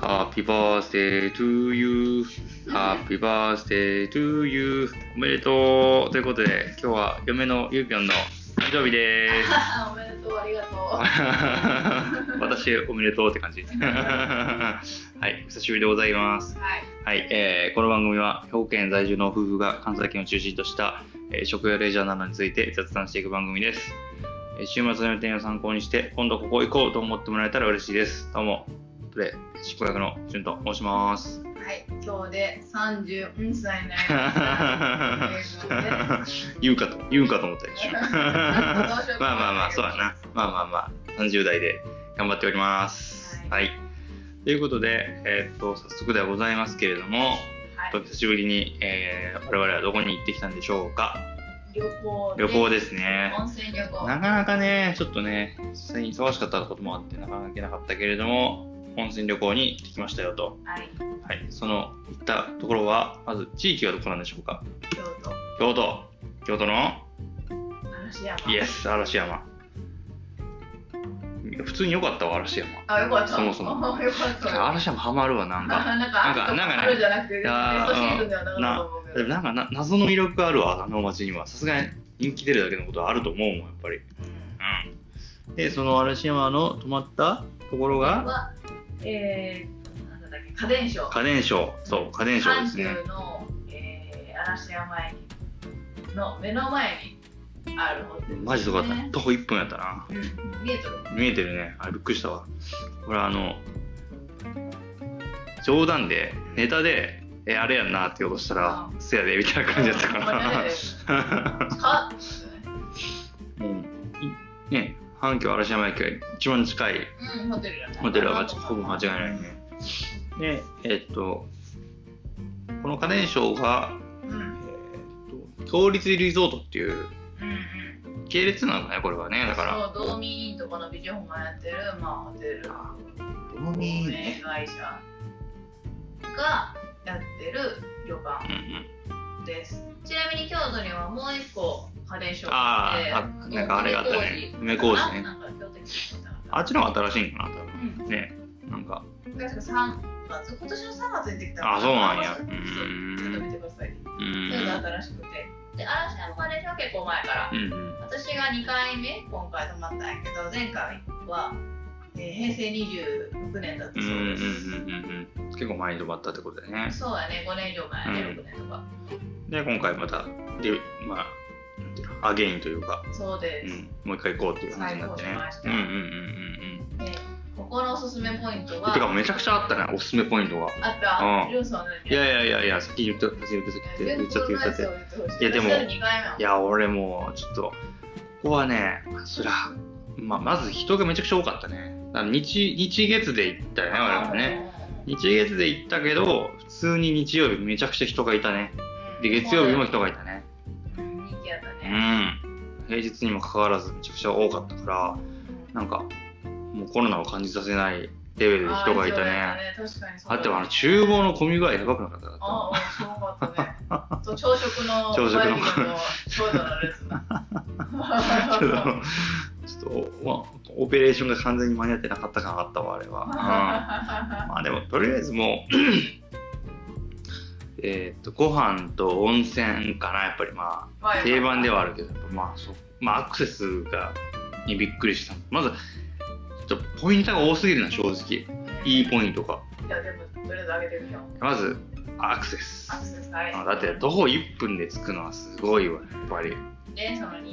Happy birthday to you Happy birthday to you おめでとうということで今日は嫁のゆうぴょんの誕生日です おめでとう、ありがとう。私おめでとうって感じ はい久しぶりでございますはい。はい、えーこの番組は兵庫県在住の夫婦が関西圏を中心とした、えー食やレジャーなどについて雑談していく番組です、えー週末の予定を参考にして今度ここ行こうと思ってもらえたら嬉しいですどうもプレ執行役のしゅんと申しますはい、今日で三十四歳になり ました。ということで言うかと言うかと思ったでしょ まあまあまあそうやなまあまあまあ30代で頑張っておりますは、はいということで、えーっと早速ではございますけれどもは久しぶりに、えー我々はどこに行ってきたんでしょうかい、旅行。旅行ですね温泉旅行。なかなかねちょっとね実際に忙しかったこともあってなかなか行けなかったけれども温泉旅行に行ってきましたよと、はい、はい、その行ったところはまず地域はどこなんでしょうか京都。京都京都の嵐山。イエス嵐山普通に良かったわ嵐山あ、よかった。そもそも よかった。嵐山ハマるわなん かなんか、なんかなんかね春じゃなくて、ベスいやートシーズンではなかったと思うけでもど。なんかな謎の魅力あるわあの街にはさすがに人気出るだけのことはあると思うもんやっぱりうんでその嵐山の泊まったところうんがは、えー、なんだっけ、家電商。家電商そう家電商ですね阪急の、えー、嵐山駅の目の前にあるホテルです、ね。マジすごかった徒歩1分やったなうん、見えとる。見えてるねあれびっくりしたわこれあの冗談でネタで「えあれやんな」って言おうとしたらう「せやで」みたいな感じだったかうんマジらかもういね阪急嵐山駅が一番近いうん、ホテルだねホテルはほぼ間違いないね。で、えっと、この家電商が、うん。うんえっと、強立リゾートっていううん。系列なのね、これはね。だから、そう、ドーミーンとこのビジョンがやってる、まあ、ホテル。う運営会社がやってる旅館んうんです。ちなみに京都にはもう一個家電商がああって、ーあなんかあれがあったね梅梅小小路路ね。ねなんか京都に行ったかなあっちの方が新しいんかな、多う分。ん。ね、なんか、確か三月、今年の三月にできたのかあ、そうなんや。うちょっと見ん。てください。うそれがん。新しくて。で、嵐山マネージャーは結構前から。うんうん。私が2回目、今回泊まったんやけど、前回は、えー平成26年だったうんうそんううんです。うんうん結構前に止まったってことだよね。そうやね、5年以上前ね、うん6年とか。で、今回また、で、まあ、なんていうのアゲインというか、そうでうす、ん、もう一回行こうっていう話になってね最高しまし。うたんうんうんうんうん。で、ここのおすすめポイントは、てかめちゃくちゃあったね、おすすめポイントが。あった、うんジュンさんのいやいやいやいや、先言って、先言って、先言って、言っちゃって、言っちゃって。ていやでも2回目いや、俺もう、ちょっと、ここはね、そりゃ、まあ、まず人がめちゃくちゃ多かったね。だから日、日月で行ったよね、我々はね。日月で行ったけど、普通に日曜日めちゃくちゃ人がいたね。で、月曜日も人がいたね。うん、人気やったうね。ん。平日にもかかわらずめちゃくちゃ多かったから、なんか、もうコロナを感じさせないレベルで人がいたね。あー。一応やったね確かにそうあだとあの厨房の混み具合やばくなかっただってああ、すごか ったね。と朝食の朝食のバイキングのショート の列なちょっとちょっと、まあ、オペレーションが完全に間に合ってなかった感あったわあれは、うんまあでもとりあえずもう えーっとご飯と温泉かなやっぱりままああ定番ではあるけどやっぱまあそまあアクセスがにびっくりしたまずちょっとポイントが多すぎるな正直いいポイントがいやでもとりあえず上げてみようまずアクセスアクセスはいあだって徒歩1分で着くのはすごいわやっぱりでその2うん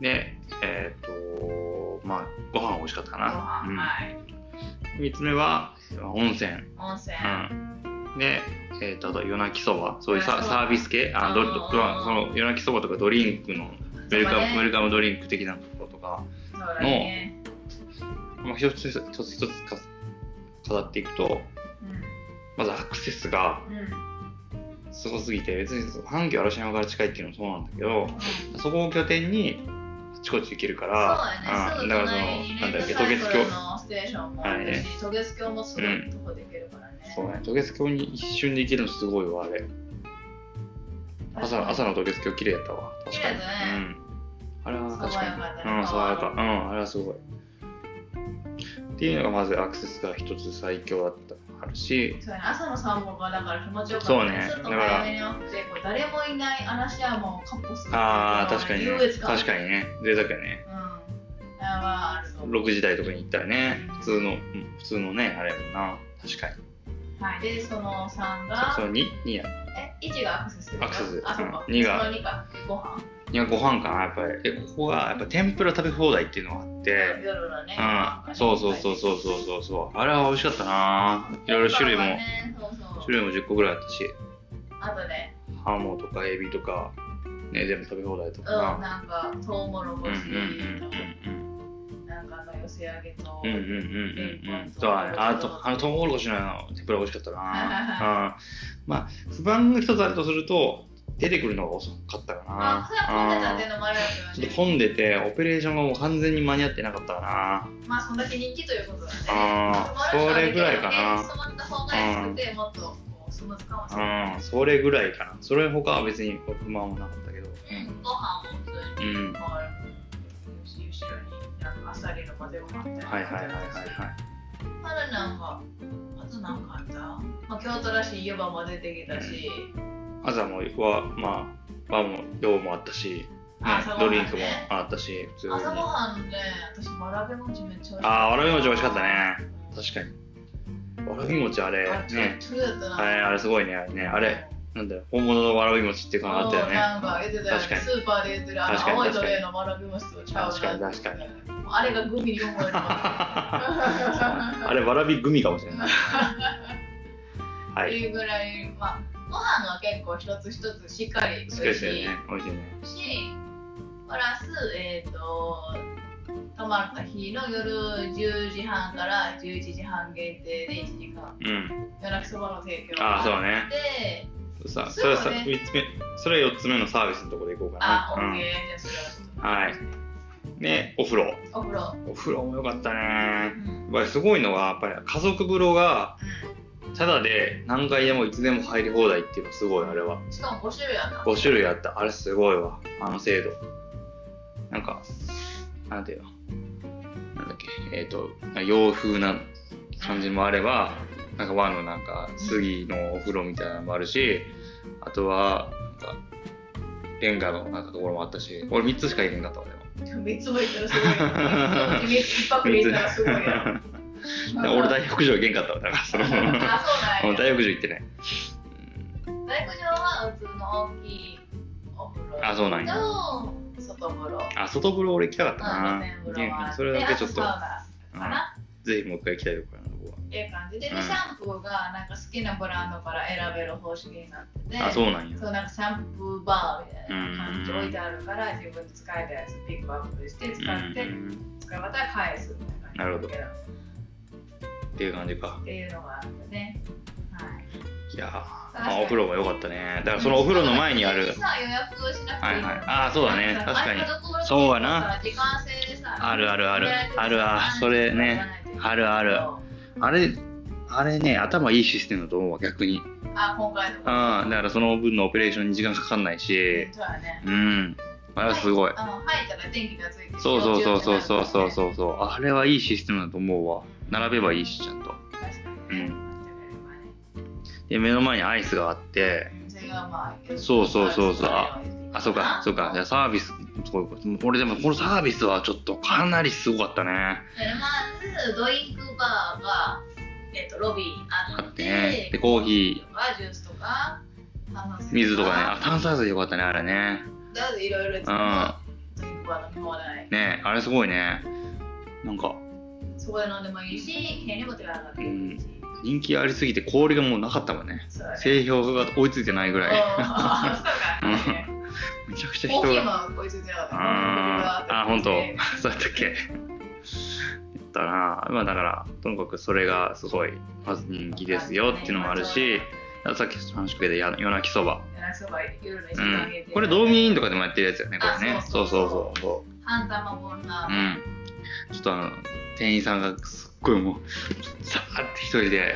で、えっ、とまあ、ご飯美味しかったかご飯、な。うんはい三、つ目は、温泉。温泉、うん。で、えっ、と、あと、夜泣きそば。そういう夜サ泣きそばサービス系ああーどどその夜泣きそばとかドリンクの、ウェルカム、ウェルカムドリンク的なところとか、そうだねまあ、一つ一つ一つか飾っていくと、まずアクセスがうんうんすごすぎて、別にその阪急嵐山から近いっていうのもそうなんだけど、そこを拠点に、あちこち行けるかそうら、やね、すうんぐだからその隣に、なんレだッっけ、ド渡サイ月橋クルのステーションもあるし、渡月橋もすぐうん徒歩で行けるからね。そうね、渡月橋に一瞬で行けるのすごいわ、あれ。朝の朝のの渡月橋綺麗やったわ。確かに。綺麗だねうん。あれは確かに。爽やかだうねん、爽やか。うん、あれはすごい。っていうのがまずアクセスが一つ最強だったかるし、そうやな朝の散歩がだから気持ちよかったそうねちょっだとから早めに起きてこう誰もいない嵐山をカッポするああ、確かにね優越。感確かにね。贅沢やね。うんあれはあると思う6時台とかに行ったらね、普通の、うん普通のね、あれやもんな。確かに。はいでその3そがの2、2や。え1がアクセスするアクセスあそうかうん二がその2かご飯いや、ご飯かな、やっぱり。え、ここは、やっぱ天ぷら食べ放題っていうのがあって、夜のねうん。そうそうそうそうそうそうそう。あれは美味しかったな。いろいろ種類も、種類も10個ぐらいあったし、あとね、ハモとかエビとか、ね、全部食べ放題とうん、かな。なんかトウモロうんコうシんとか、なんかあの寄せ揚げと、うんうんうんうんうんうんそうだねあとあのトウモロコシの天ぷら美味しかった な、うん、まあ不満が一つあるとすると出てくるのが遅かったかまあ、それは混んでたなうっていんうのもあるよちょっと。ね混んでてオペレーションがもう完全に間に合ってなかったかまあ、そんだけ人気ということだね。あーそれぐらいかなその方が安くて、もっとこうスムーズかもしれない。なうんそれぐらいかなそれ他は別に不満はなかったけどうんご飯も普通うに、ん、うん、まあ、後ろになんかあさりの混ぜご飯みたいな。はいはいはいはいはいあるなんか、あとなんかあったまあ、京都らしい湯葉も出てきたし、朝もはまあ晩も量もあったし、ね朝、ごはドんねリンクもあったし普通に朝ごはんね、私、わらび餅めっちゃ美味しかった。ああわらび餅美味しかったねうん。確かにわらび餅あれあちょねちょっとやったなあれあれすごいねあれねあれなんだよ本物のわらび餅っていう感じあったよねなんか言ってたよね確かにスーパーで売ってるあの確かに青いトレーのわらび餅とちゃうな確かに確 かあれがグミに思えるあれわらびグミかもしれ ないはっいていうぐらいまあご飯は結構一つ一つしっかり好き美で味すよしいね美味しいねしプラスえっ、と泊まった日の夜10時半から11時半限定で1時間うん夜泣きそばの提供ああそうねねでさそそうれねさ三つ目それ4つ目のサービスのところでいこうかあなオッケーうじゃあそれはちょっとはいんでお風呂お風呂お風呂も良かったうねんやっぱりすごいのはやっぱり家族風呂がただで何回でもいつでも入り放題っていうのがすごいあれはうんしかも5種類あった5種類あったあれすごいわあの制度なんかなんていうのなんだっけえっ、と洋風な感じもあればなんか和のなんか杉のお風呂みたいなのもあるしあとはなんかレンガのなんかところもあったし俺3つしか入れんかったわでも三つもいったらすごいな。三つ一泊でいったらすごいな。だから 俺大浴場行けんかったわだ からそのあ、そうなんや。大浴場行ってね大浴場は普通の大きいお風呂。あそうなんやと、外風呂。あ外風呂俺行きたかったまあ、露な天風呂はあってそれだけちょっとあサウナかな、ぜひもう一回行きたいところやなここっていう感じで、でうんシャンプーがなんか好きなブランドから選べる方式になってて、はあそうなんやそうなんかシャンプーバーみたいな感じで置いてあるから、自分で使えたやつピックアップして使って、うん使い終わったら返すみたいな感じなるほどだけっていう感じかっていうのがあってね。はいいやー、ま確かあ、にお風呂も良かったねだからそのお風呂の前にあるさ予約をしなくてはいいいのはいああそうだねあ確かにあれ家族風呂そうやな時間制でさあるあるあるやられてあるわそれねあるあるあれあれね頭いいシステムだと思うわ逆にあ今回のもああだからその分のオペレーションに時間かかんないしそうだねうんあれはすごいあの入ったら電気がついてるそうそうそうそうそうそううそうそうあれはいいシステムだと思うわ並べばいいしちゃんと確かにねうで目の前にアイスがあってんそれがまあそうそうそうそうれを言っていいかなあそうかそうかじゃあサービスそうか俺でもこのサービスはちょっとかなりすごかったねでまずドリンクバーがえっとロビーにああっっててねでコーヒーとかジュースとかあの水とかねあ炭酸水よかったねあれねとりあえずいろいろう作んって飲み放題ねあれすごいねなんかそこで飲んでもいいし手に持ってなくていいし、人気ありすぎて氷がもうなかったもんねそうだね製氷が追いついてないぐうんらいあそうか、ね、めちゃくちゃコ人ーヒーがもこいつじゃなかったあーあ本当 うんそうやったっけやったなまあだからとにかくそれがすごいまず人気ですよっていうのもあるしさっき話しかけた夜泣きそば、そば夜の一う番限ん定、これ道民とかでもやってるやつよねこれねあそそううそそううそそうそう半玉ボンナうん、ちょっとあの店員さんがすっごいもう さーって一人で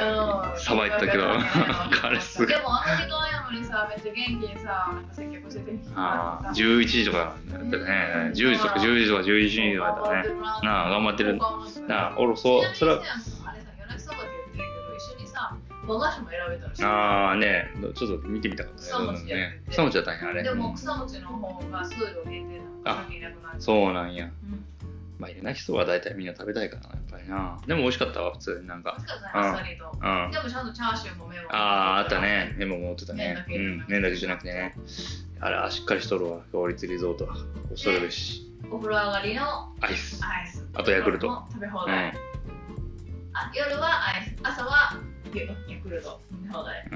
さばいてたけどあれすごいでもアメリカやのにさめっちゃ元気にさなんか接客しててああ11時とかだったね10時とか10時とか11時とかだったねなあ頑張ってるななあ俺そうそれはあれさ夜泣きそばって言ってるけど一緒にさ和菓子も選べたらしいああね、ちょっと見てみたかった草餅やってね。草餅は大変あれ。でうもん草餅の方が数量限定なのあ先いなくなっちゃうそうなんや。うんまあ、いろんな人は大体みんな食べたいからな、やっぱりな。でも美味しかったわ、普通になんか美。味しかったねあっさりとうん。あでもちゃんとチャーシューもメモあー、あったね。メモ持ってた麺ねだ。けうじゃんなく。て麺だけじゃなくてね。あら、しっかりしとるわ。強立リゾートは。恐るべし。お風呂上がりのアイス。アイスあとヤクルトも食べう放題ん。あ夜はアイス朝はヤヤクルト飲み放題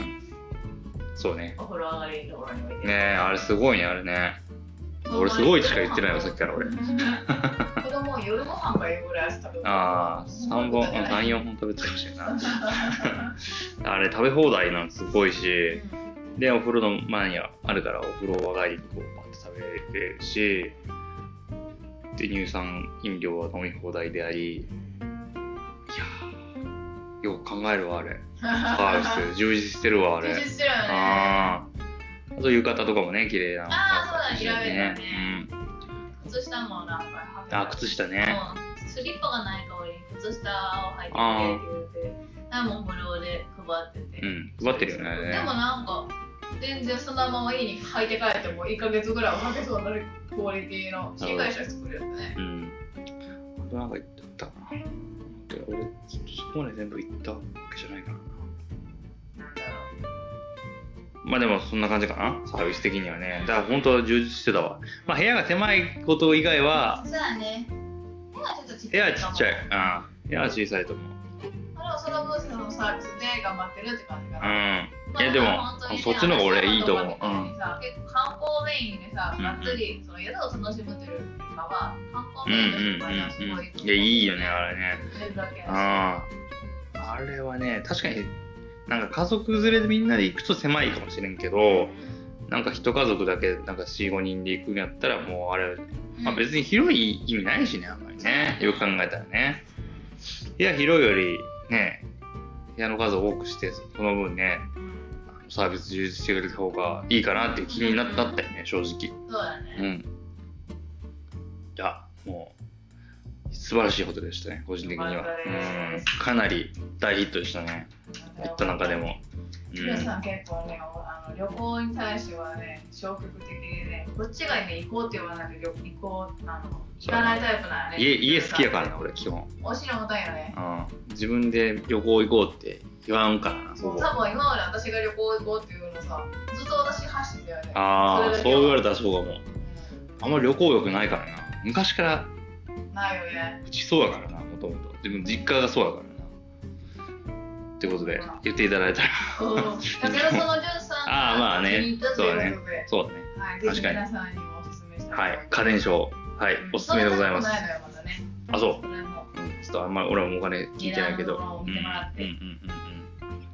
そうね。お風呂上がりのところに置いてねえ、あれすごいね、あれね。俺すごいしか言ってないわさっきから俺子供夜ご飯が言うぐらいアイス食べるああ、3本、3、4本食べてたかもしれんない。 あれ食べ放題なんすごいし、で、お風呂の前にはあるから、お風呂上がりにこう、パッと食べれるし、で、乳酸飲料は飲み放題であり、いやー、よく考えるわ、あれ。サ ービス、充実してるわ、あ充れ。実してるよねああ。あと、浴衣とかもね、綺麗な。あーそうだねね綺麗だね。靴下もなんか履うん。あ、靴下ね。うん、スリッパがない代わりに靴下を履いてくれって言ってあもう無料で配ってて、うん、配ってるよね。あれねでもなんか全然そのまま家に履いて帰っても1ヶ月ぐらいは履けそうになるクオリティの新会社作るよねうん。あとなんか言ったかな。なんか俺、そそこまで全部行ったわけじゃないからな。なんだろまあでもそんな感じかな、サービス的にはね。だから本当は充実してたわ。まあ部屋が狭いこと以外はう、そうだね部屋はちょっとち部っちゃ屋いはかちもっちゃい。うん。部屋は小さいと思う。あのその分そのサービスで頑張ってるって感じかうな、ん。まあいやでも本当にねそっちの方が俺いいと思うあのさ結構観光メインでさ、うんがっつりその宿を楽しむというよりかは、観う光んうメインんの人がすうんごうんいと。思う。いや、いいよね、あれね。寝るだけやしうん。あれはね、確かに、なんか家族連れでみんなで行くと狭いかもしれんけど、なんか一家族だけ、なんか4、5人で行くんやったら、もうあれ、うんまあ、別に広い意味ないしね、あんまりね。よく考えたらね。部屋広いより、ね、部屋の数を多くして、その分ね、サービス充実してくれた方がいいかなっていう気になったったよね、正直。そうだうね。ん。じゃあ、もう、素晴らしいことでしたね、個人的には。うん。かなり大ヒットでしたね、行った中で。も。う皆ん。さん結構ね、あの旅行に対してはね、消極的でね、こっちがね、行こうって言わないと旅行こう、あの、行かないタイプなのね。家、家好きやからな、俺、基本。おしのもたんよね。うん。自分で旅行行こうって言わんからな、そそこう。多分今まで私が旅行行こうっていうのさ、ずっと私発信だよね。ああ、そそれだけうは言われたらそうかも。うあんまり旅行欲ないからな。昔からんないよね。 うちそうやからな、もともと。自分実家がそうやからな。ってことで、言っていただいたら。 うんだからそのジュンさんあーまあね気に入ったということで、そうだね。はい、ぜ確ひかに皆さんにもおすすめしたはいい。家電商。はい。おすすめでございます。そんなことないのよまあ、だねそうそれもうん。ちょっとあんまり俺もお金聞いてないけど。値段のものをうん見うんうんてもらってうん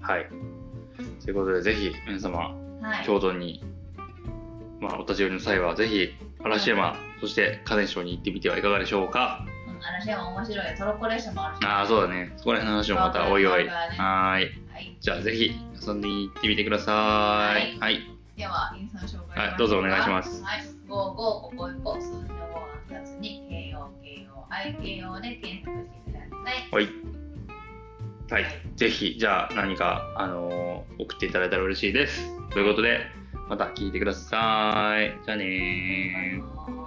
うん。はい。ということで、ぜひ皆様、はい。京都に、まあ、お立ち寄りの際は、ぜひ、嵐山、そして家電商に行ってみてはいかがでしょうか。うん嵐山面白い。トロッコ列車もあるし。ああ、そうだね。そこら辺の話もまたおいおい。バーはガーねーい。はい。じゃあぜひ遊んで行ってみてください。はい。では、インスタの紹介はいどうぞお願いしますはい。55ここ行こう。数字の5は2つに、KOKOIKO で検索してください。はい。はい。ぜひ、じゃあ何か、あのー送っていただいたら嬉しいです。ということで、また聞いてください。じゃあねー。あのー